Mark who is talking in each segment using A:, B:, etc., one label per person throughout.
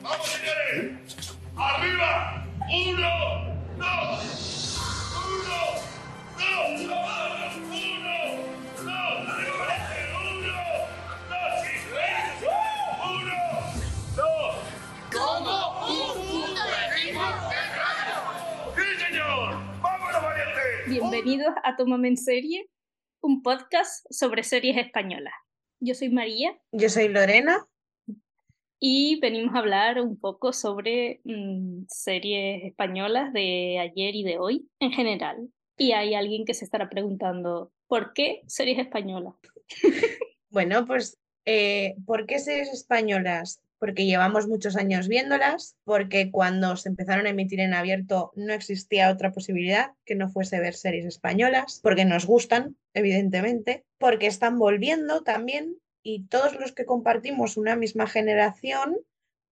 A: Vamos, señores. Arriba. Uno, dos. Uno, dos. Abajo. Uno, dos. Arriba, Valencia. Uno, dos. Y tres. Uno, dos.
B: Como un punto de ritmo cerrado.
A: ¡Sí, señor! ¡Vámonos, Valiente!
C: Bienvenidos a Tómame en Serie, un podcast sobre series españolas. Yo soy María
D: Yo soy Lorena.
C: y venimos a hablar un poco sobre mm, series españolas de ayer y de hoy en general. Y hay alguien que se estará preguntando, ¿por qué series españolas?
D: Bueno, pues, eh, ¿por qué series españolas? Porque llevamos muchos años viéndolas, porque cuando se empezaron a emitir en abierto no existía otra posibilidad que no fuese ver series españolas, porque nos gustan, evidentemente, porque están volviendo también y todos los que compartimos una misma generación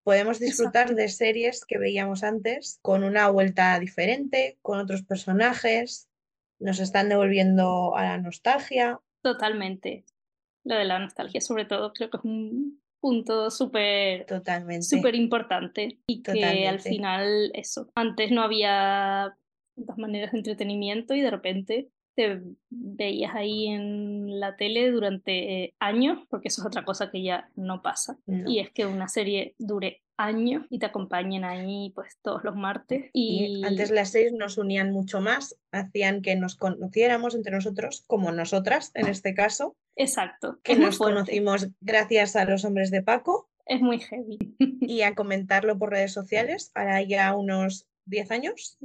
D: podemos disfrutar de series que veíamos antes con una vuelta diferente, con otros personajes, nos están devolviendo a la nostalgia,
C: Totalmente. Lo de la nostalgia, sobre todo, creo que es un punto súper
D: totalmente.
C: súper importante y que al
D: Totalmente.
C: final eso, antes no había tantas maneras de entretenimiento y de repente te veías ahí en la tele durante eh, años, porque eso es otra cosa que ya no pasa.
D: No.
C: Y es que una serie dure años y te acompañen ahí pues todos los martes y,
D: Y antes las series nos unían mucho más, hacían que nos conociéramos entre nosotros, como nosotras en este caso,
C: exacto,
D: que
C: es muy
D: nos
C: fuerte,
D: conocimos gracias a los hombres de Paco
C: es muy heavy.
D: y a comentarlo por redes sociales, hará ya unos 10 años.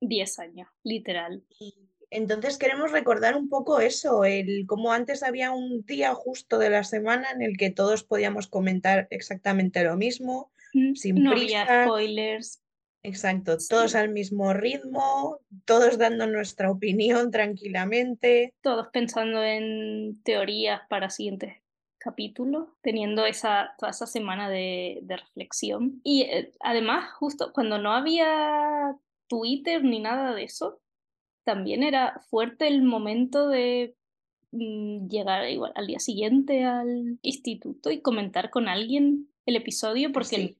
C: 10 años, literal.
D: Y entonces queremos recordar un poco eso, el cómo antes había un día justo de la semana en el que todos podíamos comentar exactamente lo mismo,
C: Mm,
D: Sin
C: no había
D: prisas.
C: spoilers,
D: Exacto, todos
C: Sí.
D: al mismo ritmo, todos dando nuestra opinión tranquilamente.
C: todos pensando en teorías para siguientes capítulos, teniendo esa, toda esa semana de, de reflexión. Y eh, además, justo cuando no había Twitter ni nada de eso, también era fuerte el momento de mm, llegar igual al día siguiente al instituto y comentar con alguien el episodio porque
D: Sí.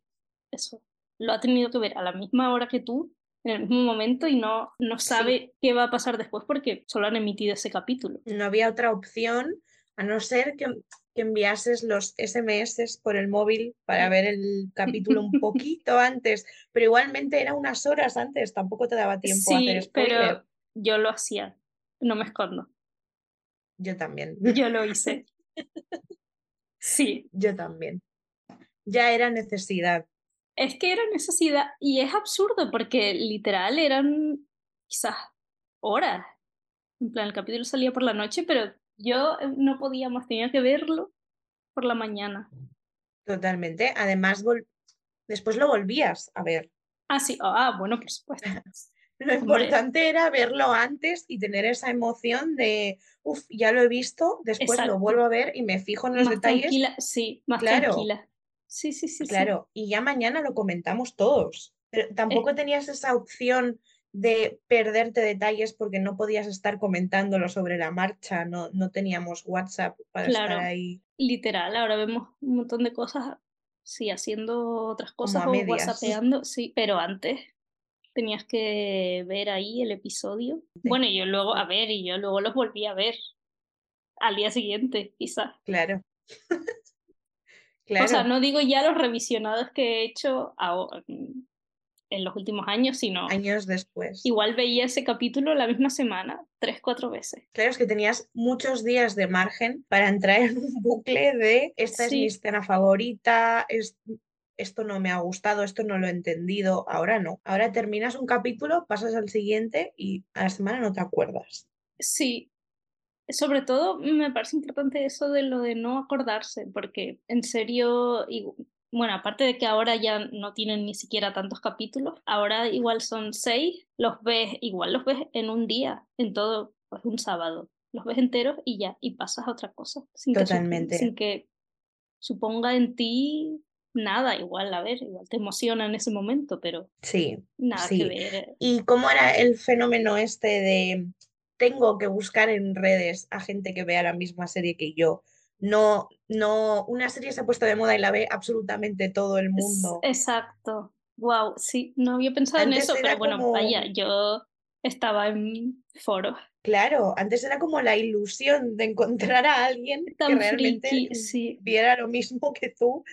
C: eso lo ha tenido que ver a la misma hora que tú en el mismo momento y no, no
D: Sí.
C: sabe qué va a pasar después porque solo han emitido ese capítulo.
D: No había otra opción a no ser que, que enviases los SMS por el móvil para ver el capítulo un poquito antes, pero igualmente era unas horas antes, tampoco te daba tiempo pues, eh, a hacer
C: Sí,
D: spoiler.
C: pero yo lo hacía, no me escondo,
D: Yo también,
C: yo lo hice. Sí,
D: yo también. Ya era necesidad.
C: es que era necesidad y es absurdo porque literal eran quizás horas. En plan, el capítulo salía por la noche, pero yo eh, no podía más, tenía que verlo por la mañana.
D: Totalmente. Además, vol- después lo volvías a ver.
C: Ah, sí, ah, bueno, por supuesto.
D: Lo
C: Hombre.
D: importante era verlo antes y tener esa emoción de, uff, ya lo he visto, después
C: Exacto.
D: lo vuelvo a ver y me fijo en los
C: más
D: detalles.
C: tranquila, sí, más
D: Claro.
C: tranquila. Sí, sí, Eh. sí. sí.
D: Claro, y ya mañana lo comentamos todos. Pero tampoco tenías esa opción de perderte detalles porque no podías estar comentándolo sobre la marcha, no, no teníamos WhatsApp para
C: Claro.
D: estar ahí.
C: literal, ahora vemos un montón de cosas, sí, haciendo otras cosas
D: a
C: o
D: medias.
C: whatsappeando, sí, pero antes tenías que ver ahí el episodio. Bueno, y yo luego, a ver, y yo luego los volví a ver al día siguiente, quizás.
D: Claro. claro.
C: O sea, no digo ya los revisionados que he hecho aho- en los últimos años, sino
D: Años después.
C: igual veía ese capítulo la misma semana, tres, cuatro veces.
D: Claro, es que tenías muchos días de margen para entrar en un bucle de esta es mi
C: Sí.
D: escena favorita, es- esto no me ha gustado, esto no lo he entendido, ahora no. Ahora terminas un capítulo, pasas al siguiente y a la semana no te acuerdas.
C: Sí, sobre todo me parece importante eso de lo de no acordarse, porque en serio, y, bueno, aparte de que ahora ya no tienen ni siquiera tantos capítulos, ahora igual son seis, los ves, igual los ves en un día, en todo, pues un sábado, los ves enteros y ya, y pasas a otra cosa, sin que, sup-
D: Totalmente.
C: sin que suponga en ti nada, igual, a ver, igual te emociona en ese momento, pero
D: Sí.
C: nada
D: Sí.
C: que ver.
D: ¿Y cómo era el fenómeno este de tengo que buscar en redes a gente que vea la misma serie que yo? No, no, una serie se ha puesto de moda y la ve absolutamente todo el mundo.
C: Exacto. Wow, sí, no había pensado
D: Antes
C: en eso,
D: era
C: pero bueno,
D: como-
C: vaya, yo estaba en foros
D: Claro, antes era como la ilusión de encontrar a alguien que
C: tan
D: realmente
C: friki, sí.
D: viera lo mismo que tú.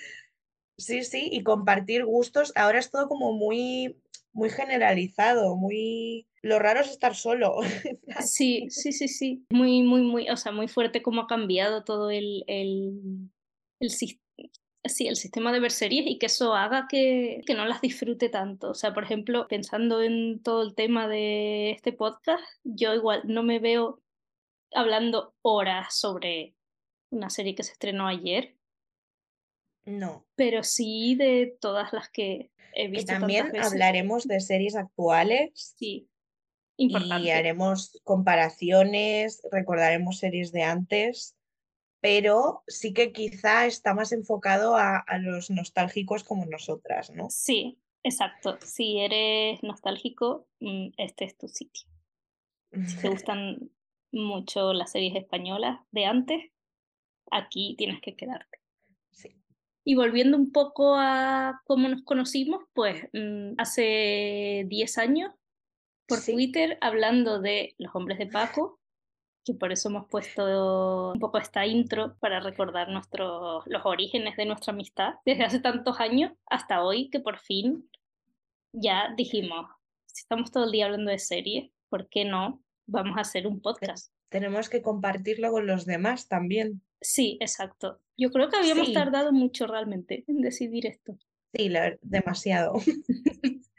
D: Sí, sí, y compartir gustos. Ahora es todo como muy, muy generalizado, muy... Lo raro es estar solo.
C: Sí, sí, sí, sí. Muy, muy, muy, o sea, muy fuerte cómo ha cambiado todo el, el, el, sis- sí, el sistema de ver series y que eso haga que, que no las disfrute tanto. O sea, por ejemplo, pensando en todo el tema de este podcast, yo igual no me veo hablando horas sobre una serie que se estrenó ayer,
D: No.
C: pero sí de todas las que he
D: Que
C: visto tantas
D: también
C: veces.
D: hablaremos de series actuales
C: Sí,
D: y
C: importante.
D: haremos comparaciones, recordaremos series de antes, pero sí que quizá está más enfocado a, a los nostálgicos como nosotras, ¿no?
C: Sí, exacto. Si eres nostálgico, mm, este es tu sitio. Si te gustan mucho las series españolas de antes, aquí tienes que quedarte.
D: Sí.
C: Y volviendo un poco a cómo nos conocimos, pues mm, hace 10 años por
D: Sí.
C: Twitter hablando de los hombres de Paco, que por eso hemos puesto un poco esta intro para recordar nuestros, los orígenes de nuestra amistad desde hace tantos años hasta hoy que por fin ya dijimos, si estamos todo el día hablando de series, ¿por qué no? Vamos a hacer un podcast.
D: Tenemos que compartirlo con los demás también.
C: Sí, exacto. Yo creo que habíamos
D: Sí.
C: tardado mucho realmente en decidir esto.
D: Sí, la ver- demasiado.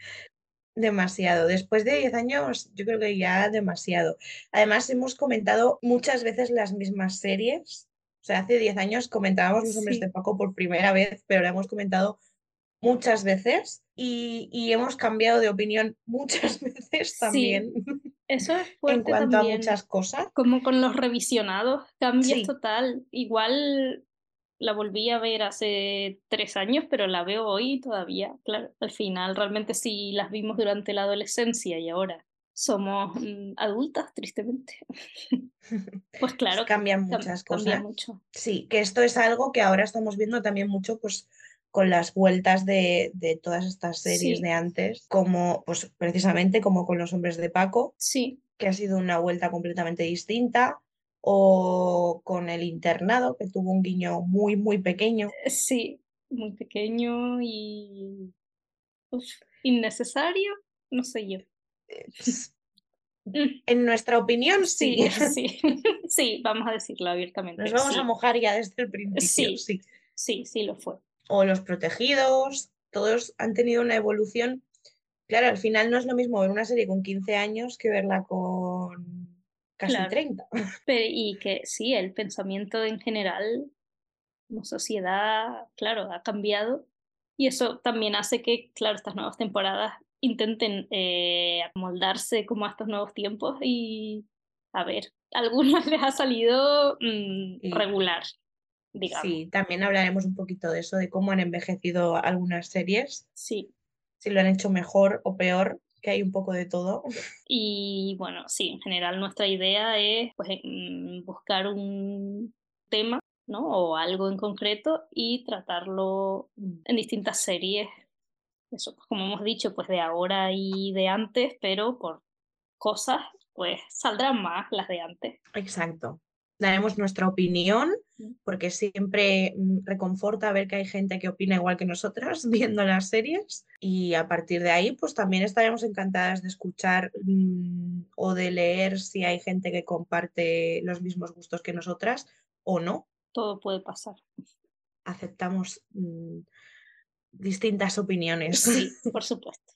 D: demasiado. Después de 10 años, yo creo que ya demasiado. Además, hemos comentado muchas veces las mismas series. O sea, hace 10 años comentábamos Los hombres
C: Sí.
D: de Paco por primera vez, pero la hemos comentado muchas veces y, y hemos cambiado de opinión muchas veces también
C: Eso es
D: en
C: fuerte
D: cuanto a
C: también.
D: muchas cosas.
C: como con los revisionados, cambias
D: Sí.
C: total. Igual la volví a ver hace tres años, pero la veo hoy todavía. Claro, al final realmente sí las vimos durante la adolescencia y ahora somos mm, adultas, tristemente. Pues claro, que
D: Cambian
C: cam-
D: muchas
C: cambia
D: cosas.
C: mucho.
D: Sí, que esto es algo que ahora estamos viendo también mucho, pues con las vueltas de, de todas estas series
C: Sí.
D: de antes, como pues precisamente como con los hombres de Paco,
C: Sí,
D: que ha sido una vuelta completamente distinta, o con el internado, que tuvo un guiño muy, muy pequeño.
C: eh, sí, muy pequeño y uf, innecesario, no sé yo. Eh, Mm,
D: En nuestra opinión, sí.
C: sí, sí, vamos a decirlo abiertamente.
D: Nos vamos
C: sí.
D: a mojar ya desde el principio,
C: Sí.
D: sí.
C: Sí, sí lo fue.
D: o los protegidos, todos han tenido una evolución. Claro, al final no es lo mismo ver una serie con 15 años que verla con casi
C: Claro.
D: 30.
C: Pero, y que sí, el pensamiento en general, como sociedad, claro, ha cambiado. Y eso también hace que, claro, estas nuevas temporadas intenten eh, moldarse como a estos nuevos tiempos y, a ver, algunas les ha salido mm,
D: Y-
C: regular, digamos. Sí.
D: Sí, también hablaremos un poquito de eso, de cómo han envejecido algunas series, si lo han hecho mejor o peor, que hay un poco de todo.
C: Y bueno, sí, en general nuestra idea es pues, mm, buscar un tema, ¿no? O algo en concreto y tratarlo mm, en distintas series. Eso, pues, como hemos dicho, pues de ahora y de antes, pero por cosas, pues saldrán más las de antes.
D: Exacto. Daremos nuestra opinión,
C: Mm.
D: porque siempre mm, reconforta ver que hay gente que opina igual que nosotras viendo las series. Y a partir de ahí, pues también estaremos encantadas de escuchar mm, o de leer si hay gente que comparte los mismos gustos que nosotras o no.
C: Todo puede pasar.
D: Aceptamos mm, distintas opiniones.
C: Sí, por supuesto.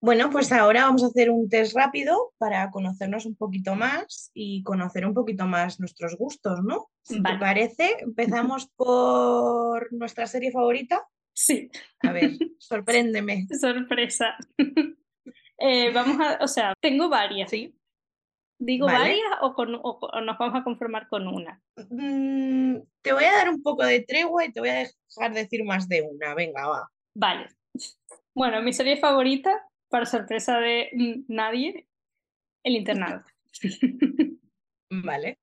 D: Bueno, pues ahora vamos a hacer un test rápido para conocernos un poquito más y conocer un poquito más nuestros gustos, ¿no? Si
C: Vale.
D: te parece, empezamos por nuestra serie favorita.
C: Sí,
D: A ver, sorpréndeme.
C: sorpresa. Eh, vamos a, o sea, tengo varias.
D: Sí.
C: ¿Digo
D: vale.
C: varias o, con, o- o nos vamos a conformar con una?
D: Mm, te voy a dar un poco de tregua y te voy a dejar decir más de una. Venga, va.
C: Vale. Bueno, mi serie favorita, para sorpresa de mm, nadie, El Internado.
D: Vale.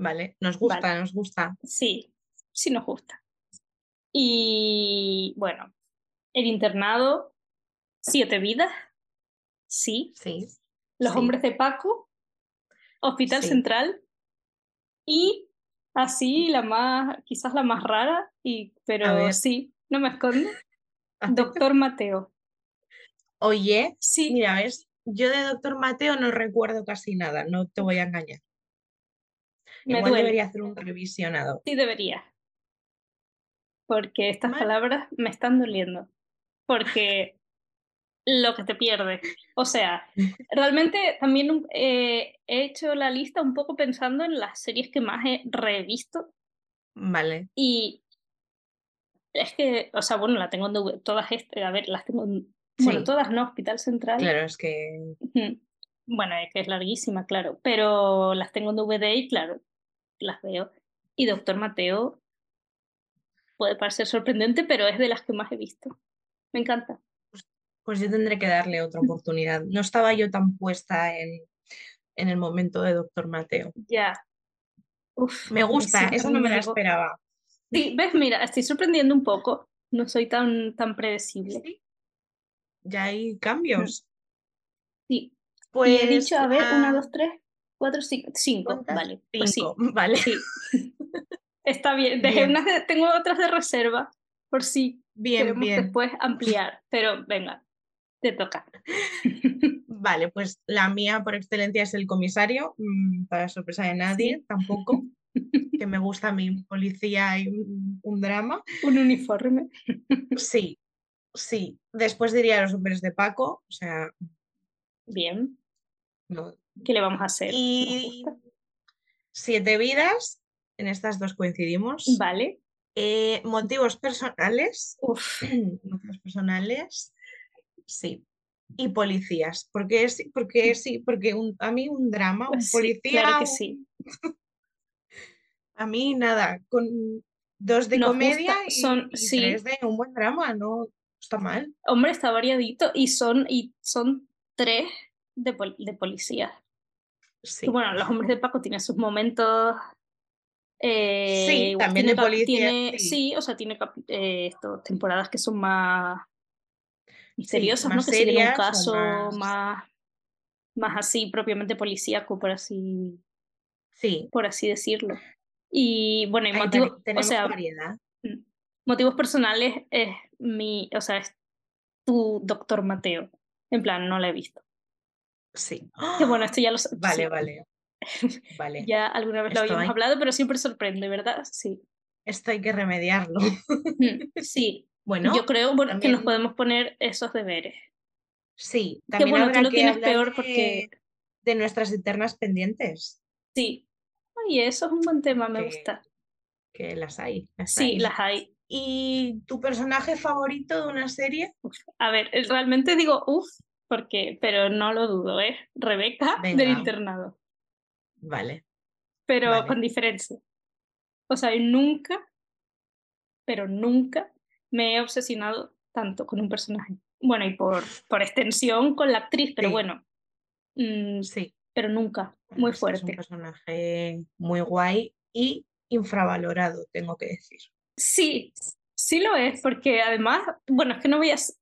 D: Vale, nos gusta, nos gusta.
C: Sí, sí nos gusta. Y bueno, el internado, siete vidas, sí.
D: Sí.
C: Los
D: Sí.
C: hombres de Paco, Hospital
D: Sí.
C: Central y así la más, quizás la más rara, y, pero
D: ver.
C: sí, no me escondo. Doctor Mateo.
D: Oye,
C: Sí,
D: mira, ves, yo de Doctor Mateo no recuerdo casi nada, no te voy a engañar.
C: me
D: Igual
C: duele.
D: debería hacer un revisionado.
C: Sí debería. Porque estas
D: Vale.
C: palabras me están doliendo. Porque lo que te pierdes. O sea, realmente también un- eh, he hecho la lista un poco pensando en las series que más he revisto
D: Vale,
C: y es que, o sea, bueno, la tengo en DV todas estas, a ver, las tengo en- bueno,
D: Sí.
C: todas no, Hospital Central.
D: claro, es que
C: Ujú. Bueno, es que es larguísima, claro, pero las tengo en DVD y claro, las veo. Y Doctor Mateo puede parecer sorprendente, pero es de las que más he visto. Me encanta.
D: pues yo tendré que darle otra oportunidad. No estaba yo tan puesta en, en el momento de Doctor Mateo.
C: Ya. Uf, pues
D: Me gusta,
C: sí,
D: eso
C: a
D: no
C: mí
D: me la
C: llegó.
D: esperaba.
C: Sí, ves, mira, estoy sorprendiendo un poco. No soy tan, tan predecible.
D: Sí. Ya hay cambios.
C: Sí.
D: Pues
C: y Mm. he dicho, a ver, una,
D: ah,
C: dos, tres, cuatro, cinco. Cinco,
D: ¿cuántas?
C: vale. Pues sí,
D: cinco, Vale,
C: sí. Está bien. Dejé
D: Bien.
C: unas de- tengo otras de reserva por si
D: bien,
C: queremos
D: bien.
C: después ampliar, pero venga, te toca.
D: Vale, pues la mía por excelencia es el comisario, mm, para sorpresa de nadie, tampoco, que me gusta a mí un policía y un, un drama.
C: Un uniforme.
D: Sí, sí. Después diría los hombres de Paco, o sea,
C: Bien,
D: no.
C: ¿qué le vamos a hacer? Nos
D: Y
C: gusta.
D: siete vidas, en estas dos coincidimos.
C: Vale.
D: Eh, motivos personales,
C: Uf,
D: motivos personales, sí. Y policías, porque sí, porque sí, porque un- a mí un drama, un
C: pues sí,
D: policía,
C: claro que
D: un-
C: sí.
D: a mí nada, con dos de
C: Nos gusta,
D: comedia y,
C: son-
D: y
C: sí.
D: tres de un buen drama, no está mal.
C: Hombre, está variadito y son, y son tres de, pol- de policía.
D: Sí,
C: Que Bueno, los hombres de Paco tienen sus momentos. eh,
D: Sí,
C: igual
D: también
C: tiene
D: de
C: cap-
D: policía,
C: tiene-
D: sí.
C: o sea, tiene cap- eh, esto, temporadas que son más misteriosas,
D: más
C: ¿no? Que siguen un
D: serias o
C: caso
D: más-
C: más, más así, propiamente policíaco, por así,
D: sí,
C: por así decirlo. Y bueno, y
D: ahí
C: motivos,
D: vari-
C: o
D: tenemos
C: sea,
D: variedad.
C: motivos personales es mi, o sea, es tu doctor Mateo. En plan, no la he visto.
D: Sí.
C: Que bueno, esto ya lo s-
D: Vale,
C: sí,
D: vale, vale.
C: ya alguna vez lo
D: Esto
C: habíamos
D: hay-
C: hablado, pero siempre sorprende, ¿verdad? Sí.
D: Esto hay que remediarlo.
C: Mm, Sí,
D: Bueno,
C: yo creo bueno, que nos
D: también-
C: podemos poner esos deberes.
D: sí,
C: Que
D: también
C: bueno,
D: habrá
C: tú lo
D: que
C: tienes
D: hablar
C: peor
D: de-
C: porque
D: de nuestras eternas pendientes,
C: sí. Y eso es un buen tema, me
D: Que-
C: gusta.
D: que las hay. las
C: Sí,
D: hay.
C: las hay.
D: ¿Y tu personaje favorito de una serie?
C: A ver, eh, realmente digo uff, porque, pero no lo dudo, ¿eh? Rebeca del
D: Venga.
C: internado,
D: Vale,
C: pero
D: Vale.
C: con diferencia. O sea, yo nunca, pero nunca me he obsesionado tanto con un personaje. Bueno, y por, por extensión con la actriz, pero
D: Sí.
C: bueno, mm,
D: sí.
C: pero nunca,
D: Bueno,
C: muy
D: es que Es un
C: fuerte.
D: personaje muy guay y infravalorado, tengo que decir.
C: Sí, sí lo es, porque además, bueno, es que no voy a... s-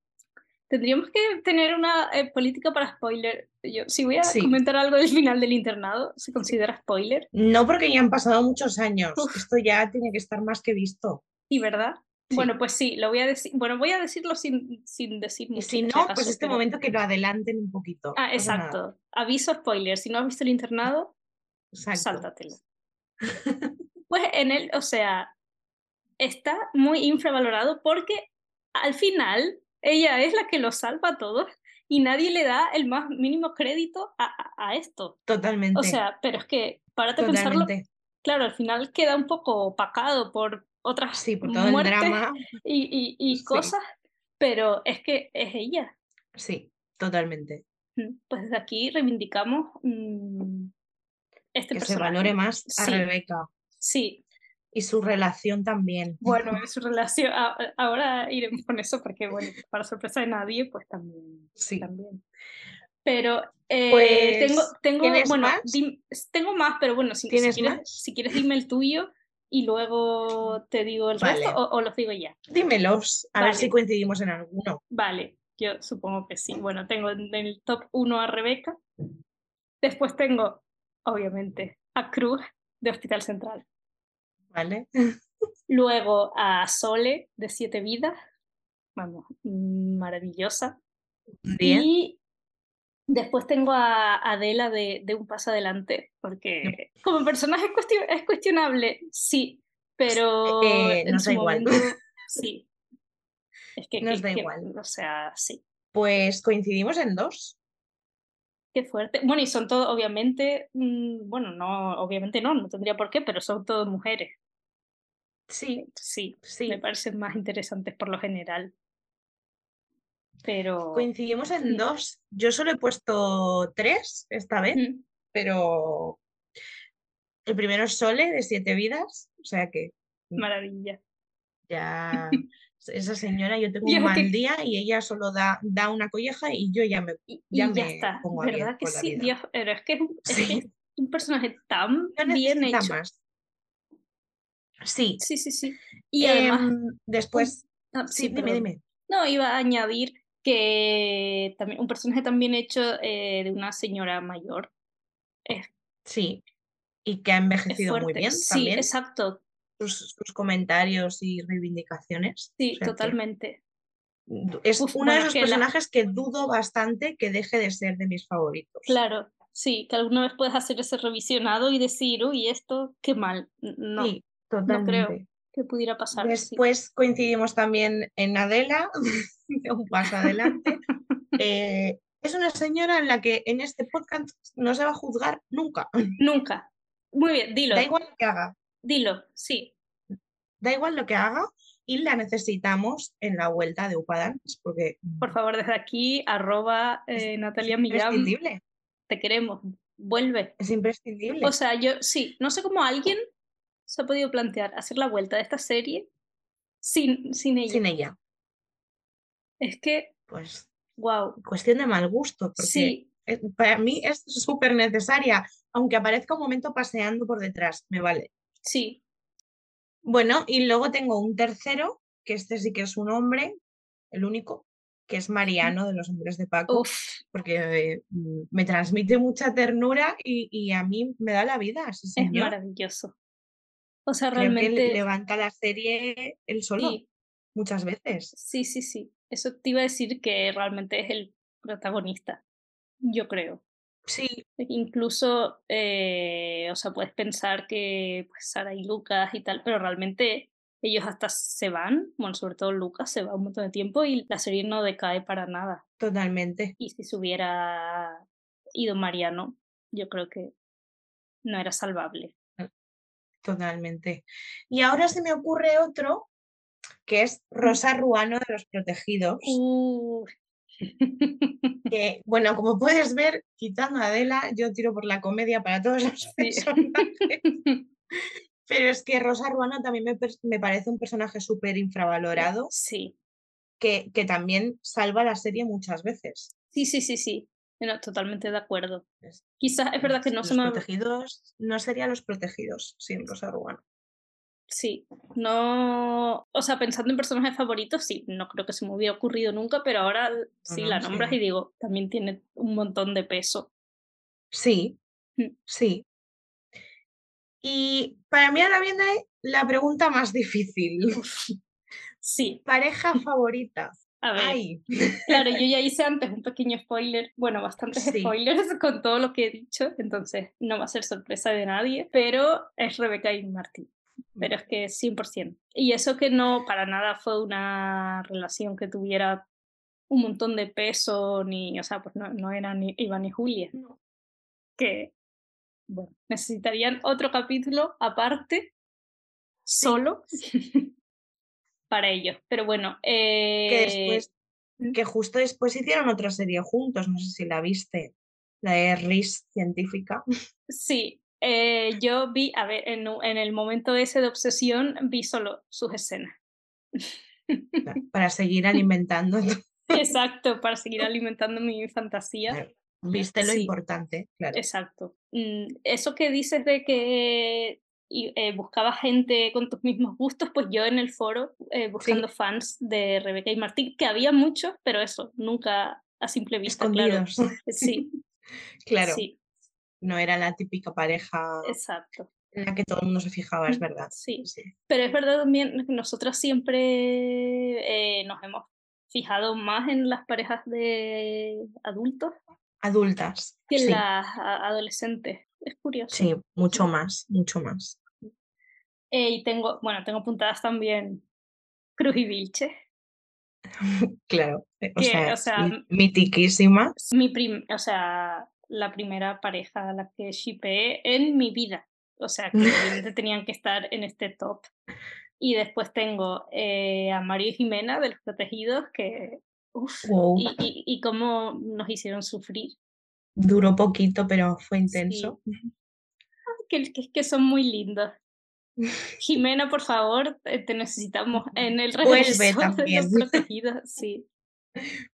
C: Tendríamos que tener una eh, política para spoiler. Yo, si voy a
D: Sí.
C: comentar algo del final del internado, ¿se considera spoiler?
D: No porque ya han pasado muchos años,
C: Uf.
D: esto ya tiene que estar más que visto.
C: ¿Y verdad?
D: Sí.
C: Bueno, pues sí, lo voy a decir. Bueno, voy a decirlo sin, sin decir
D: Y
C: mucho.
D: si
C: por
D: no, pues
C: acaso,
D: este
C: pero-
D: momento que lo adelanten un poquito.
C: Ah,
D: no pasa nada.
C: exacto. Aviso spoiler. Si no has visto el internado,
D: Exacto.
C: sáltatelo. Pues en él, o sea, está muy infravalorado porque al final ella es la que lo salva a todos y nadie le da el más mínimo crédito a, a- a esto.
D: Totalmente.
C: O sea, pero es que, párate a pensarlo,
D: totalmente.
C: claro, al final queda un poco opacado por otras
D: Sí, por todo
C: muertes
D: el drama.
C: y, y- y
D: Sí.
C: cosas, pero es que es ella.
D: Sí, totalmente.
C: Mm, Pues desde aquí reivindicamos mm, este
D: Que se
C: personaje.
D: valore más a
C: Sí.
D: Rebeca
C: Sí,
D: y su relación también.
C: Bueno, en su relación, a- a- ahora iremos con eso porque, bueno, para sorpresa de nadie, pues también.
D: Sí.
C: también. Pero eh,
D: Pues,
C: tengo, tengo,
D: ¿tienes
C: bueno,
D: más?
C: dim- tengo más, pero bueno, si, si
D: ¿Tienes
C: quieres, si quieres dime el tuyo y luego te digo el
D: Vale.
C: resto o, o los digo ya.
D: Dímelos, a ver
C: Vale.
D: si coincidimos en alguno.
C: Vale, yo supongo que sí. Bueno, tengo en el top 1 a Rebeca. Después tengo, obviamente, a Cruz de Hospital Central.
D: ¿Vale?
C: Luego a Sole de Siete Vidas. Vamos, mm, maravillosa.
D: Bien.
C: Y después tengo a Adela de, de Un Paso Adelante, porque como personaje es, cuestio- es cuestionable, sí, pero
D: Eh,
C: en
D: nos
C: su
D: da igual.
C: momento, sí. Es que,
D: Nos
C: que-
D: da
C: que-
D: igual.
C: O sea, sí.
D: Pues coincidimos en dos.
C: Qué fuerte. Bueno, y son todos, obviamente, mm, bueno, no, obviamente no, no tendría por qué, pero son todas mujeres.
D: Sí,
C: Sí,
D: sí.
C: me parecen más interesantes por lo general. Pero...
D: Coincidimos
C: Sí.
D: en dos. Yo solo he puesto tres esta vez,
C: Mm,
D: pero el primero es Sole de Siete Vidas, o sea que
C: Maravilla.
D: ya esa señora yo tengo
C: Y es
D: un mal
C: que-
D: día y ella solo da, da una colleja y yo ya me...
C: y y
D: ya
C: ya,
D: me
C: está.
D: pongo a bien
C: ¿Verdad que
D: por la
C: sí?
D: vida.
C: Dios, pero es que es un, es que
D: Sí.
C: es un personaje tan
D: no
C: bien
D: necesita
C: hecho.
D: más. Sí.
C: Sí, sí, sí. Y además,
D: Em, después,
C: ah,
D: sí,
C: sí,
D: dime,
C: perdón.
D: dime.
C: No, iba a añadir que también un personaje tan bien hecho eh, de una señora mayor
D: Sí. Y que ha
C: es
D: envejecido
C: fuerte.
D: muy bien
C: sí,
D: también.
C: exacto.
D: Sus, sus comentarios y reivindicaciones.
C: Sí,
D: O sea que
C: totalmente.
D: du- Es
C: Uf,
D: uno
C: bueno,
D: de esos
C: que la-
D: personajes que dudo bastante que deje de ser de mis favoritos.
C: Claro. Sí, que alguna vez puedes hacer ese revisionado y decir, uy, esto, qué mal. N- No,
D: Sí,
C: no creo.
D: totalmente.
C: que pudiera pasar. sí.
D: Después coincidimos también en Adela, de un paso adelante. Eh, es una señora en la que en este podcast no se va a juzgar nunca.
C: Nunca. Muy bien, dilo,
D: Da igual lo que haga,
C: dilo, sí.
D: da igual lo que haga y la necesitamos en la vuelta de Upadans porque
C: Por favor, desde aquí, arroba eh, Natalia
D: es
C: Millán,
D: imprescindible,
C: te queremos, vuelve.
D: es imprescindible.
C: O sea, yo sí, no sé cómo alguien se ha podido plantear hacer la vuelta de esta serie sin, sin ella.
D: Sin ella,
C: Es que,
D: pues
C: wow,
D: cuestión de mal gusto, porque
C: sí,
D: eh, para mí es súper necesaria, aunque aparezca un momento paseando por detrás, me vale.
C: sí,
D: Bueno, y luego tengo un tercero, que este sí que es un hombre, el único, que es Mariano de los hombres de Paco,
C: uff,
D: porque eh, mm, me transmite mucha ternura y, y a mí me da la vida, ese
C: es
D: señor.
C: maravilloso. O sea,
D: creo que
C: realmente,
D: le- levanta la serie él solo
C: sí,
D: muchas veces.
C: sí, sí, sí. Eso te iba a decir que realmente es el protagonista, yo creo. E
D: Sí,
C: Incluso, eh, o sea, puedes pensar que pues, Sara y Lucas y tal, pero realmente ellos hasta se van, bueno, sobre todo Lucas se va un montón de tiempo y la serie no decae para nada.
D: totalmente.
C: Y si se hubiera ido Mariano, yo creo que no era salvable.
D: Totalmente. Y ahora se me ocurre otro que es
C: Mm.
D: Rosa Ruano de los Protegidos.
C: Uh.
D: Que, bueno, como puedes ver, quitando a Adela, yo tiro por la comedia para todos los personajes. Pero es que Rosa Ruano también me, per- me parece un personaje súper infravalorado
C: sí,
D: que, que también salva la serie muchas veces.
C: sí, sí, sí, sí. No, totalmente de acuerdo.
D: Es-
C: Quizás es verdad que no
D: los
C: se me...
D: protegidos no sería los protegidos sin Rosa Ruano.
C: Sí, no, o sea, pensando en personajes favoritos, sí, no creo que se me hubiera ocurrido nunca, pero ahora l- sí
D: no,
C: la
D: sí.
C: nombras y digo, también tiene un montón de peso.
D: Sí,
C: Mm.
D: sí. Y para mí ahora viene la pregunta más difícil.
C: Sí,
D: Pareja favorita.
C: a ver,
D: Ay,
C: claro, yo ya hice antes un pequeño spoiler, bueno, bastantes
D: Sí.
C: spoilers con todo lo que he dicho, entonces no va a ser sorpresa de nadie, pero es Rebeca y Martín, pero es que 100%. Y eso que no para nada fue una relación que tuviera un montón de peso, ni, o sea, pues no, no era ni Iván ni Julia.
D: no,
C: que bueno, necesitarían otro capítulo aparte, solo, para ellos. Pero bueno,
D: que
C: eh,
D: después,
C: mm.
D: que justo después hicieron otra serie juntos, no sé si la viste, la de RIS científica.
C: sí, eh, yo vi, a ver, en, u- en el momento ese de obsesión, vi solo sus escenas.
D: pa- Para seguir alimentando.
C: Exacto, para seguir alimentando mi fantasía.
D: Claro. Viste lo
C: Sí.
D: importante, claro.
C: Exacto. Mm, Eso que dices de que y, eh, buscaba gente con tus mismos gustos, pues yo en el foro eh, buscando fans de Rebeca y Martín, que había muchos, pero eso, nunca a simple vista, claro. Eh,
D: Escondidos.
C: Sí,
D: Claro,
C: sí,
D: no era la típica pareja
C: exacto.
D: en la que todo el mundo se fijaba,
C: Mm.
D: es verdad.
C: Sí.
D: Sí.
C: Pero es verdad también que nosotras siempre eh, nos hemos fijado más en las parejas de adultos
D: Adultas.
C: que en
D: sí.
C: las a- adolescentes. Es curioso.
D: Sí, mucho más, mucho más.
C: Eh, y tengo, bueno, tengo puntadas también Cruz y Vilche.
D: Claro, eh, o
C: Que,
D: sea,
C: o sea, mm,
D: mi- mitiquísima.
C: mi prim- o sea, la primera pareja a la que shipeé en mi vida. O sea, que obviamente tenían que estar en este top. Y después tengo eh, a Mario y Jimena de Los Protegidos, que. Uf,
D: Wow,
C: y, y, y cómo nos hicieron sufrir.
D: duró poquito, pero fue intenso.
C: Que, que, que son muy lindos. Jimena, por favor, eh, te necesitamos en el
D: Vuelve
C: regreso de
D: también.
C: Los Protegidos. Sí,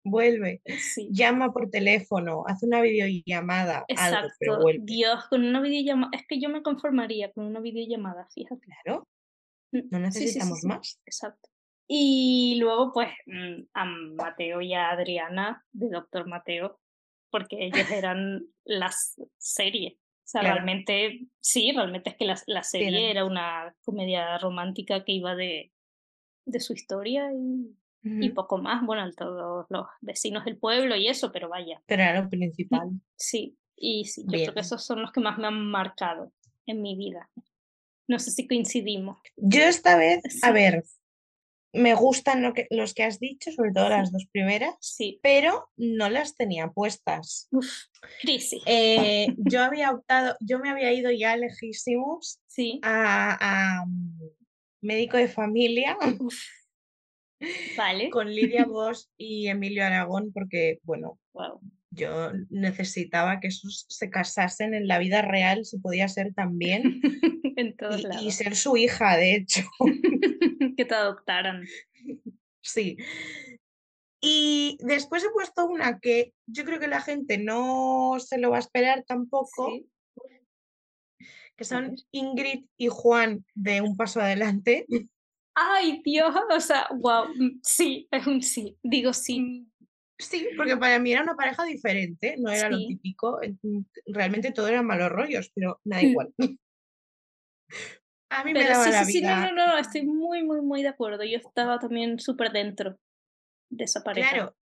D: Vuelve,
C: sí.
D: llama por teléfono, hace una videollamada, algo, pero
C: Exacto.
D: vuelve.
C: Dios, con una videollamada. Es que yo me conformaría con una videollamada, fíjate.
D: Claro,
C: Mm,
D: no
C: sí, sí, sí,
D: necesitamos
C: sí.
D: más.
C: Exacto. Y luego, pues, mm, a Mateo y a Adriana de Doctor Mateo, porque ellos eran las serie. O sea,
D: Claro.
C: realmente, sí, realmente es que la, la serie
D: eran-
C: era una comedia romántica que iba de, de su historia y, y
D: Ujú,
C: poco más. Bueno, todos los vecinos del pueblo y eso, pero vaya,
D: Pero era lo principal.
C: sí. Y sí, yo creo que
D: Bien.
C: esos son los que más me han marcado en mi vida. No sé si coincidimos.
D: Yo esta vez, a
C: Sí.
D: ver, me gustan lo que, los que has dicho, sobre todo las dos primeras,
C: Sí.
D: pero no las tenía puestas.
C: Uf, crisis.
D: Eh, yo había optado, yo me había ido ya lejísimos
C: Sí,
D: a, a, mm, médico de familia
C: vale.
D: con Lidia Bosch y Emilio Aragón, porque, bueno,
C: Guau,
D: yo necesitaba que esos se casasen en la vida real, si podía ser también,
C: en todos
D: y-
C: lados.
D: y ser su hija, de hecho.
C: que te adoptaran.
D: Sí. Y después he puesto una que yo creo que la gente no se lo va a esperar tampoco,
C: Sí.
D: que son Ingrid y Juan de Un Paso Adelante.
C: Ay, Dios, o sea, wow, sí, es un sí, digo sí.
D: Mm, Sí, porque para mí era una pareja diferente, no era lo
C: Sí.
D: típico. eh, mm, Realmente todo eran malos rollos, pero me da
C: Mm.
D: igual. A mí me
C: Pero
D: daba
C: sí,
D: la
C: sí, sí, no,
D: vida.
C: no, no, estoy muy, muy, muy de acuerdo. Yo estaba también súper dentro de esa pareja.
D: Claro.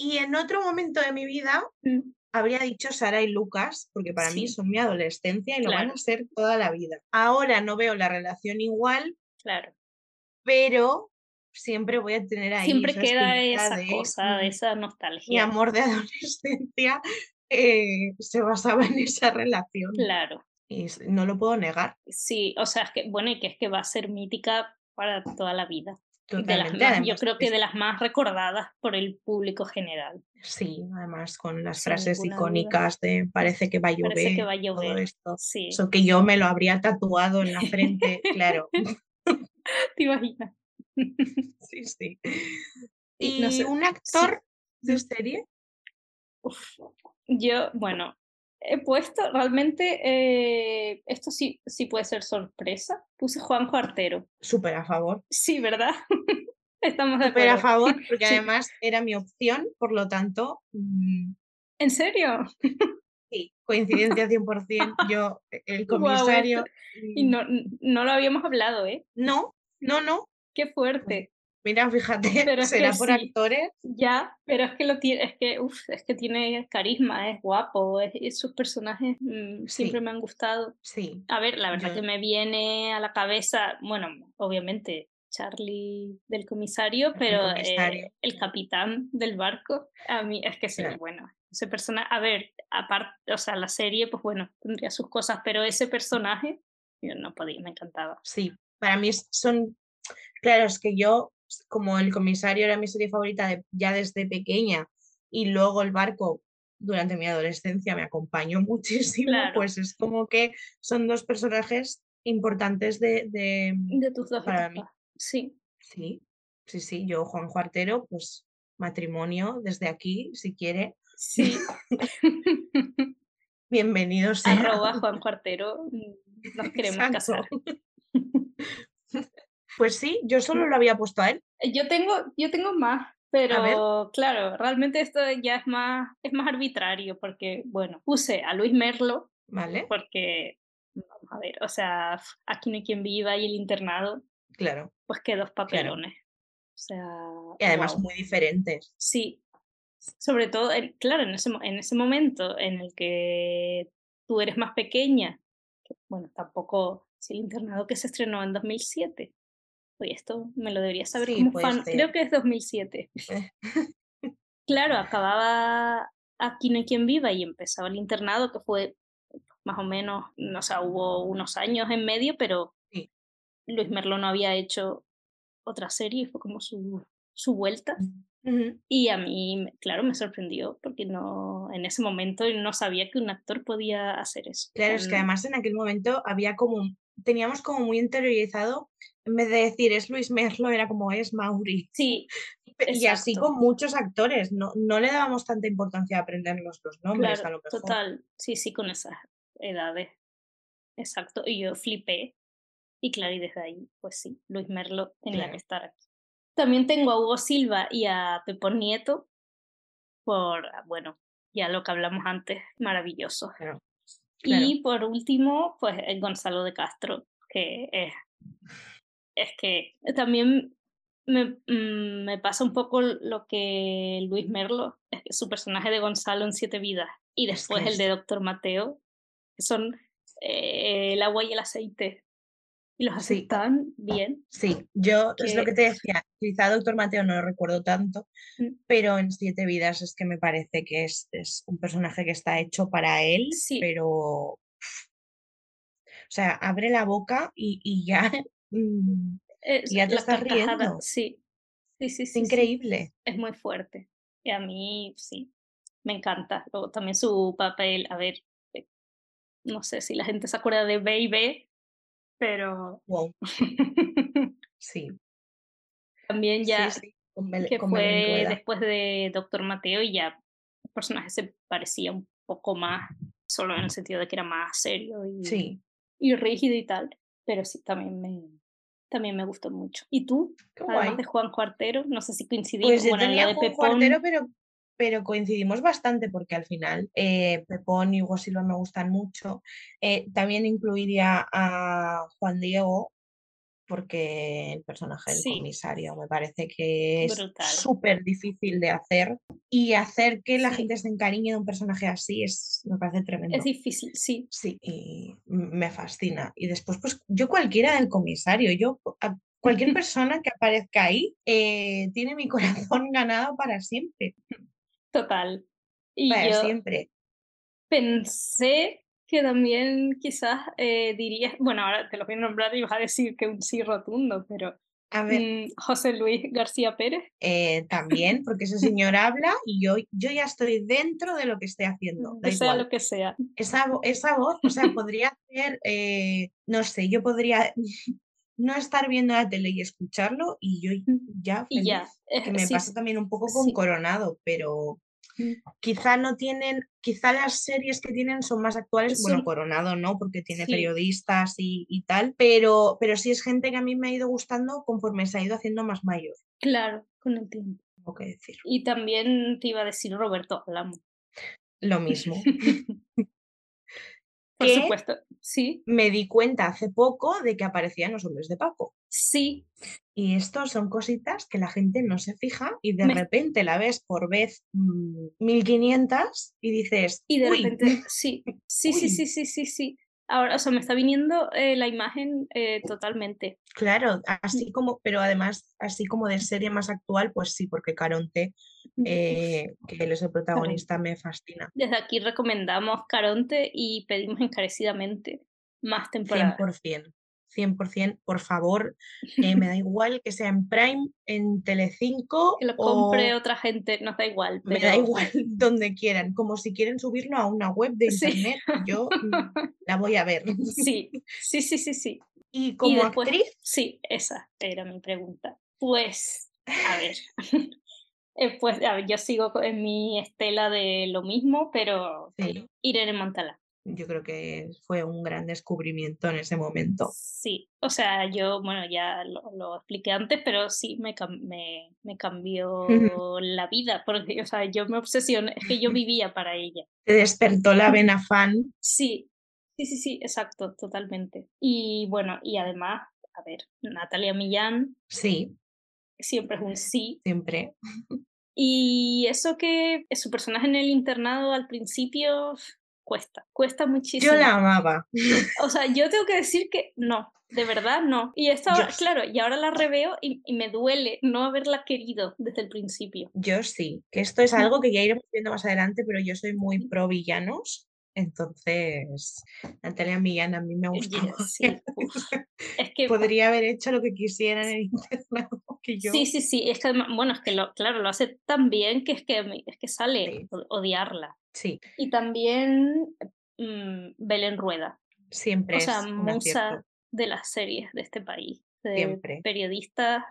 D: Y en otro momento de mi vida
C: Mm,
D: habría dicho Sara y Lucas, porque para mí
C: Sí.
D: son mi adolescencia y lo van
C: Claro.
D: a ser toda la vida. Ahora no veo la relación igual,
C: Claro.
D: pero siempre voy a tener ahí
C: Siempre
D: esa
C: queda
D: espinita
C: esa
D: de,
C: cosa,
D: mm,
C: esa
D: Mi
C: nostalgia.
D: amor de adolescencia eh, se basaba en esa relación
C: Claro.
D: y s- no lo puedo negar
C: Sí, o sea, es que, bueno, y que es que va a ser mítica para toda la vida. De las
D: totalmente.
C: más- yo
D: además,
C: creo que
D: es-
C: de las más recordadas por el público general.
D: sí, además con las
C: sin
D: frases
C: ninguna duda.
D: icónicas de parece que va a llover,
C: Parece que va a
D: todo
C: llover.
D: esto.
C: Sí,
D: Eso que yo me lo habría tatuado en la frente, claro.
C: te imaginas.
D: Sí, sí.
C: Y
D: ¿Y
C: no sé,
D: un actor de serie?
C: Uf, Yo, bueno, he puesto realmente, eh, esto sí, sí puede ser sorpresa. Puse Juanjo Artero.
D: Súper a favor.
C: Sí, ¿verdad? Estamos de
D: Súper a
C: acuerdo.
D: favor, porque
C: Sí.
D: además era mi opción, por lo tanto, mm,
C: ¿En serio?
D: sí, coincidencia 100%. Yo, e- el
C: Guau,
D: comisario.
C: Y
D: mm,
C: no, no lo habíamos hablado, ¿eh?
D: no, no, no.
C: Qué fuerte.
D: Mira, fíjate,
C: Pero es que
D: será por
C: sí.
D: actores.
C: Ya, pero es que lo tiene, es que, uf, es que tiene carisma, es guapo, es- y sus personajes mm, siempre
D: Sí.
C: me han gustado.
D: Sí,
C: A ver, la verdad
D: Yo-
C: que me viene a la cabeza, bueno, obviamente Charlie del comisario, pero eh,
D: comisario.
C: el capitán del barco, a mí es que sí,
D: Claro.
C: bueno, ese personaje, a ver, aparte, o sea, la serie, pues bueno, tendría sus cosas, pero ese personaje, yo no podía, me encantaba.
D: sí. Para mí es- son. Claro, es que yo, s- como el comisario era mi serie favorita de- ya desde pequeña y luego el barco durante mi adolescencia me acompañó muchísimo,
C: Claro.
D: pues es como que son dos personajes importantes de. de-
C: De tus dos
D: Mm. Para mí.
C: etapas. Sí,
D: Sí, sí, sí, yo, Juan Juartero, pues matrimonio desde aquí, si quiere.
C: Sí.
D: Bienvenidos. sea.
C: Arroba Juan Cuartero. Nos queremos
D: Exacto.
C: casar.
D: Pues sí, yo solo lo había puesto a él.
C: Eh, Yo tengo, yo tengo más, pero claro, realmente esto ya es más, es más arbitrario porque, bueno, puse a Luis Merlo
D: Vale,
C: porque, vamos a ver, o sea, aquí no hay quien viva y el internado,
D: claro.
C: pues que dos papelones. O sea,
D: Y además
C: guau.
D: muy diferentes.
C: Sí, sobre todo, en- claro, en ese, mo- en ese momento en el que tú eres más pequeña, que, bueno, tampoco, si el internado que se estrenó en 2007, oye, esto me lo debería saber
D: Sí,
C: como
D: puede
C: fan, creo
D: ser.
C: que es 2007.
D: Eh.
C: Claro, acababa Aquí no hay quien viva y empezaba el internado, que fue más o menos, no sé, hubo unos años en medio, pero
D: Sí.
C: Luis Merlo no había hecho otra serie, y fue como su, su vuelta.
D: Ujú.
C: Y a mí, me- claro, me sorprendió porque no, en ese momento no sabía que un actor podía hacer eso.
D: Claro, es que
C: Mm,
D: además en aquel momento había como, un- teníamos como muy interiorizado, en vez de decir es Luis Merlo, era como es Mauri.
C: Sí,
D: Pe- Y así
C: exacto.
D: con muchos actores, no, no le dábamos tanta importancia a aprender los dos nombres, a
C: claro,
D: lo mejor.
C: total. Sí, sí, con esas edades. Exacto. Y yo flipé. Y claro, y desde ahí, pues sí, Luis Merlo tenía
D: Claro.
C: que estar aquí. También tengo a Hugo Silva y a Pepón Nieto por, ah, bueno, ya lo que hablamos antes, maravilloso.
D: Claro,
C: Y por último, pues el Gonzalo de Castro, que es, es que también me, mm, me pasa un poco lo que Luis Merlo, es que su personaje de Gonzalo en Siete Vidas y
D: Es que
C: después el de Doctor Mateo, que son eh, el agua y el aceite. Y los
D: Sí.
C: hacen tan bien.
D: Sí, yo es lo
C: que-
D: que te decía, quizá Doctor Mateo no lo recuerdo tanto,
C: Mm.
D: pero en Siete Vidas es que me parece que es, es un personaje que está hecho para él,
C: Sí.
D: pero... pf, O sea, abre la boca y, y ya... mm,
C: Es-
D: Ya te
C: las
D: estás
C: carcajadas,
D: riendo.
C: eh, Sí. Sí, sí,
D: Es
C: sí, sí.
D: increíble.
C: es muy fuerte. Y a mí, sí, me encanta. Luego también su papel, a ver, eh, no sé si la gente se acuerda de B y B, pero
D: Wow, sí.
C: también
D: sí,
C: ya,
D: sí, con Bel-
C: que
D: con Belén
C: fue
D: Rueda.
C: después de Doctor Mateo y ya el personaje se parecía un poco más, solo en el sentido de que era más serio y,
D: Sí.
C: y rígido y tal, pero sí, también me, también me gustó mucho. ¿Y tú?
D: Qué guay.
C: Además de Juan Cuartero, no sé si coincidimos.
D: Pues yo
C: bueno, en lo
D: tenía
C: de
D: Juan
C: Pepón,
D: Cuartero, pero, pero coincidimos bastante porque al final eh, Pepón y Hugo Silva me gustan mucho. Eh, también incluiría a Juan Diego, porque el personaje del
C: Sí.
D: comisario me parece que es
C: Brutal.
D: súper difícil de hacer y hacer que la
C: Sí.
D: gente se encariñe de un personaje así es, me parece tremendo.
C: es difícil, sí.
D: Sí, y m- me fascina. Y después, pues yo cualquiera del comisario, yo a- cualquier persona que aparezca ahí eh, tiene mi corazón ganado para siempre,
C: Total. Y
D: para
C: yo
D: siempre.
C: pensé que también quizás eh, dirías, bueno, ahora te lo voy a nombrar y vas a decir que un sí rotundo, pero
D: A ver,
C: mm, José Luis García Pérez,
D: eh, también, porque ese señor habla y yo, yo ya estoy dentro de lo que esté haciendo.
C: mm,
D: Da
C: sea
D: igual.
C: lo que sea.
D: Esa, vo- esa voz, o sea, podría hacer, eh, no sé, yo podría no estar viendo la tele y escucharlo y yo ya
C: Y ya,
D: feliz.
C: eh,
D: Que me
C: sí,
D: pasa también un poco con
C: sí.
D: Coronado, pero
C: Mm.
D: quizá no tienen, quizá las series que tienen son más actuales,
C: Son-
D: bueno, Coronado no, porque tiene
C: Sí.
D: periodistas y, y tal, pero, pero sí es gente que a mí me ha ido gustando conforme se ha ido haciendo más mayor,
C: claro, con el tiempo.
D: tengo que decir.
C: Y también te iba a decir Roberto Alamo.
D: Lo mismo.
C: Por
D: ¿Qué?
C: supuesto, sí,
D: Me di cuenta hace poco de que aparecían los hombres de Paco.
C: sí,
D: Y esto son cositas que la gente no se fija y de
C: Me-
D: repente la ves por vez mm, 1500 y dices,
C: Y de
D: "Uy,
C: repente, sí, sí, sí,
D: Uy.
C: sí, sí, sí, sí. Ahora, o sea, me está viniendo eh, la imagen eh, totalmente. Mm.
D: claro, así como, pero además, así como de serie más actual, pues sí, porque Caronte, eh, que él es el protagonista, me fascina.
C: Desde aquí recomendamos Caronte y pedimos encarecidamente más temporadas.
D: 100%, 100%, por favor, eh, me da igual que sea en Prime, en Telecinco
C: Que lo
D: o
C: compre otra gente, nos da igual.
D: me da
C: pero-
D: igual donde quieran, como si quieren subirlo a una web de
C: Sí.
D: internet, yo mm, la voy a ver.
C: Sí, sí, sí, sí, sí.
D: Y como
C: después-
D: actriz,
C: Sí, esa era mi pregunta. Pues, a ver, Eh, pues a ver, yo sigo co- en mi estela de lo mismo, pero
D: Sí.
C: Irene Montalá.
D: Yo creo que fue un gran descubrimiento en ese momento.
C: Sí, o sea, yo, bueno, ya lo, lo expliqué antes, pero sí me, cam- me, me cambió
D: Ujú.
C: la vida, porque, o sea, yo me obsesioné, es que yo vivía para ella.
D: Te despertó la vena fan.
C: Sí, sí, sí, sí, exacto, totalmente. Y bueno, y además, a ver, Natalia Millán
D: Sí,
C: siempre es un sí.
D: siempre.
C: Y eso que su personaje en el internado al principio cuesta, cuesta muchísimo.
D: Yo la amaba.
C: O sea, yo tengo que decir que no, de verdad no. Y esta,
D: Yo
C: ahora- claro, y ahora la reveo y, y me duele no haberla querido desde el principio.
D: Yo sí. Que esto es algo que ya iremos viendo más adelante, pero yo soy muy pro villanos. Entonces, Natalia Millán a mí me
C: Y-
D: gusta.
C: sí, uf, es que
D: Podría haber hecho lo que quisiera en el internado que yo.
C: Sí, sí, sí. Es que, además- bueno, es que lo, claro, lo hace tan bien que es que, me- es que sale
D: Sí.
C: o- odiarla.
D: Sí,
C: Y también mm, Belén Rueda,
D: siempre
C: o sea,
D: es un
C: musa
D: acierto.
C: de las series de este país, de
D: Siempre.
C: periodistas,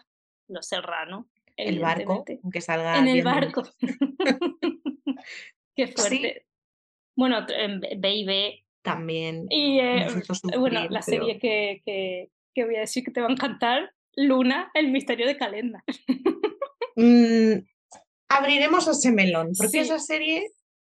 C: Los Serrano,
D: El barco,
C: evidentemente.
D: aunque salga
C: En el
D: bien de-
C: barco. Qué fuerte. Bueno, t- en B- B&B
D: también.
C: y eh,
D: nos hizo
C: bueno,
D: sufrir,
C: la
D: pero-
C: serie que, que, que voy a decir que te va a encantar, Luna, el misterio de Calenda.
D: Mm, abriremos ese melón, porque
C: Sí.
D: esa serie,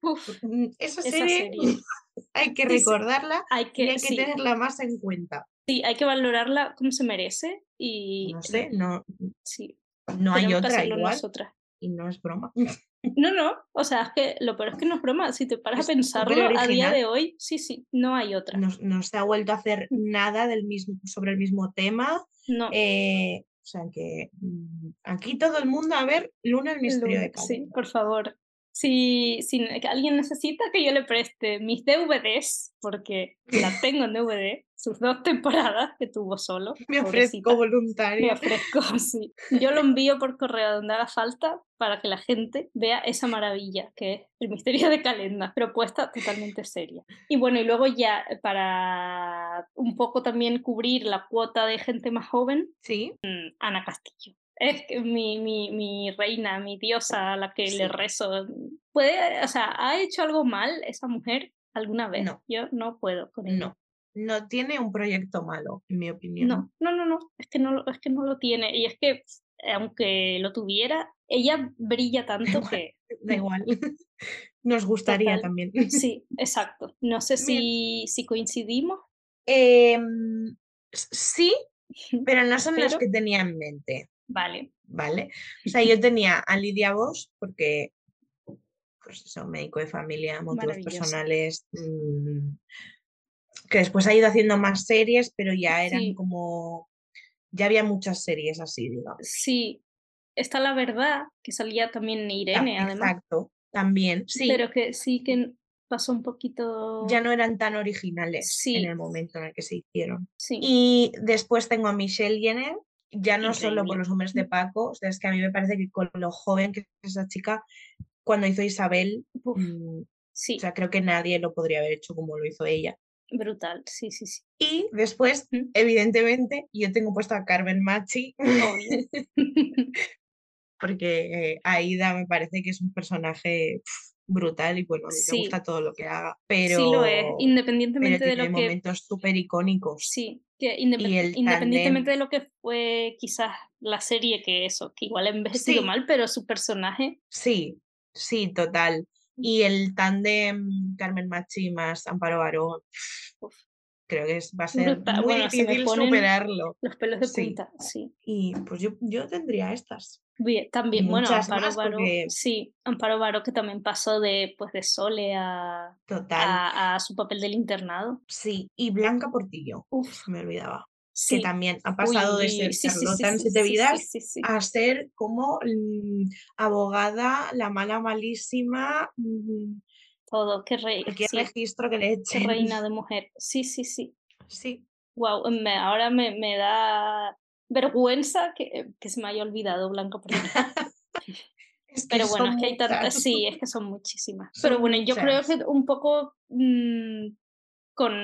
C: Uf.
D: mm, esa
C: Esa
D: serie,
C: serie.
D: hay que
C: Sí, sí.
D: recordarla
C: Hay
D: y hay
C: que,
D: que
C: sí,
D: tenerla más en cuenta.
C: sí, hay que valorarla como se merece y
D: No sé, no,
C: sí,
D: no hay
C: tenemos que
D: otra
C: hacerlo Mm.
D: igual
C: nosotras.
D: y no es broma.
C: No, no, o sea, es que lo peor es que no es broma, si te paras a
D: Es
C: pensarlo a día
D: superoriginal.
C: de hoy, sí, sí, no hay otra.
D: No, no se ha vuelto a hacer
C: Mm.
D: nada del mismo, sobre el mismo tema.
C: No,
D: eh, o sea que mm, aquí todo el mundo a ver Luna el misterio
C: Luna,
D: de
C: sí,
D: Calenda.
C: por favor. Si, si ne- que alguien necesita que yo le preste mis DVDs, porque la tengo en DVD, sus dos temporadas que tuvo solo.
D: Me
C: pobrecita.
D: ofrezco
C: Me
D: voluntaria.
C: ofrezco, sí. Yo lo envío por correo donde haga falta para que la gente vea esa maravilla que es el misterio de Calenda, propuesta totalmente seria. Y bueno, y luego ya eh, para un poco también cubrir la cuota de gente más joven,
D: Sí,
C: Ana Castillo. Es que mi, mi, mi reina, mi diosa a la que
D: Sí.
C: le rezo. Puede, o sea, ¿ha hecho algo mal esa mujer alguna vez?
D: No.
C: Yo no puedo con ella.
D: no. No tiene un proyecto malo, en mi opinión.
C: No, no, no, no, es que no, lo- es que no lo tiene. Y es que, eh, aunque lo tuviera, ella brilla tanto
D: Igual.
C: que.
D: Da igual. Nos gustaría
C: Total.
D: también.
C: Sí, exacto. No sé
D: Bien.
C: si, si coincidimos.
D: Em, s- sí, pero no son las
C: Pero-
D: que tenía en mente,
C: Vale.
D: ¿vale? O sea, yo tenía a Lidia Vos porque, pues eso, médico de familia, motivos
C: Maravillosa.
D: personales, mm, que después ha ido haciendo más series, pero ya eran
C: Sí.
D: como, ya había muchas series así, digamos.
C: Sí, está la verdad, que salía también
D: Ta-
C: Irene, además.
D: Ah, Exacto, también, sí,
C: Pero que sí que n- pasó un poquito.
D: ya no eran tan originales
C: Sí.
D: en el momento en el que se hicieron.
C: Sí.
D: Y después tengo a Michelle Jenner, ya no solo por
C: Increíble.
D: los hombres de Paco, o sea, es que a mí me parece que con lo joven que es esa chica, cuando hizo Isabel,
C: Uf,
D: mm,
C: sí,
D: o sea, creo que nadie lo podría haber hecho como lo hizo ella.
C: brutal. Sí, sí, sí.
D: Y después,
C: Ujú.
D: evidentemente, yo tengo puesto a Carmen Machi,
C: Obvio.
D: porque eh, Aida me parece que es un personaje pf, brutal y bueno, a mí
C: Sí.
D: me gusta todo lo que haga, pero,
C: Sí lo es,
D: pero
C: independientemente de
D: tiene
C: lo que
D: momentos súper icónicos.
C: Sí, que indepe-
D: Y el
C: independientemente de lo que fue quizás la serie que eso, que igual ha envejecido
D: Sí.
C: mal, pero su personaje,
D: Sí, sí, total.
C: Mm.
D: Y el tándem Carmen Machi más Amparo Barón,
C: Uf.
D: creo que es, va a ser
C: Brutal.
D: muy
C: Bueno, se me
D: difícil
C: ponen-
D: superarlo.
C: los pelos de
D: Sí.
C: punta, sí.
D: Y pues yo, yo tendría estas.
C: Bien, también, bueno,
D: Muchas
C: Amparo
D: más,
C: Baró,
D: porque-
C: sí, Amparo Baró que también pasó de, pues, de Sole a,
D: Total.
C: a, a su papel del internado.
D: Sí. Y Blanca Portillo,
C: Uf,
D: se me olvidaba.
C: sí.
D: Que también ha
C: Uy,
D: pasado de
C: uy,
D: ser
C: uy, sí, sí, sí,
D: Carlota en
C: sí,
D: Siete
C: sí, sí,
D: Vidas
C: sí, sí.
D: a ser como mm, abogada, la mala malísima, mm,
C: Todo, qué, rey,
D: cualquier
C: sí,
D: registro que le
C: qué
D: echen.
C: reina de mujer. Sí, sí, sí.
D: Sí,
C: Wow, ahora me, me da vergüenza que, que se me haya olvidado Blanca Portillo.
D: es que
C: Pero bueno,
D: son
C: es que hay tantas,
D: muchas.
C: sí, es que son muchísimas. Pero
D: Son
C: bueno, yo creo
D: muchas.
C: que un poco mm,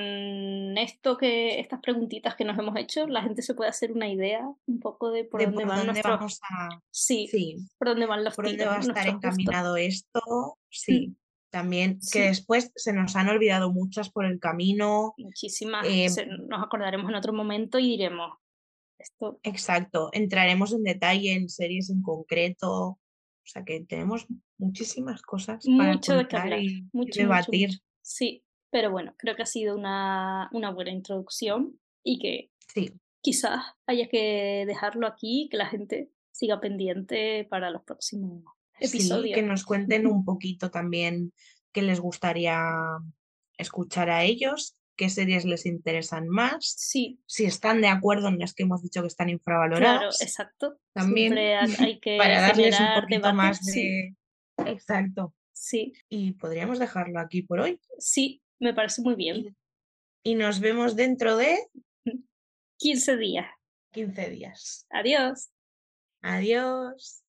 C: con esto que estas preguntitas que nos hemos hecho, la gente se puede hacer una idea un poco de por
D: de
C: dónde
D: por
C: van
D: dónde
C: nuestros-
D: vamos a,
C: sí,
D: sí,
C: por dónde van los
D: por dónde
C: tiros,
D: va a estar
C: nuestros gustos.
D: encaminado esto, sí. También
C: Mm. Sí.
D: que después se nos han olvidado muchas por el camino.
C: Muchísimas,
D: Eh,
C: se- nos acordaremos en otro momento y diremos esto.
D: Exacto, entraremos en detalle en series en concreto. O sea que tenemos muchísimas cosas para
C: Mucho de qué
D: contar
C: hablar,
D: y- y
C: mucho, mucho,
D: debatir.
C: mucho. Sí, pero bueno, creo que ha sido una, una buena introducción y que
D: Sí,
C: quizás haya que dejarlo aquí, que la gente siga pendiente para los próximos
D: sí,
C: episodios.
D: que nos cuenten un poquito también qué les gustaría escuchar a ellos, qué series les interesan más,
C: Sí,
D: si están de acuerdo en las que hemos dicho que están
C: claro,
D: infravaloradas.
C: exacto.
D: También
C: Siempre ha- hay que
D: para darles un
C: generar
D: poquito
C: debate,
D: más de...
C: sí,
D: Exacto.
C: sí,
D: Y podríamos dejarlo aquí por hoy.
C: sí, me parece muy bien.
D: Y nos vemos dentro de
C: 15 días.
D: 15 días.
C: Adiós.
D: Adiós.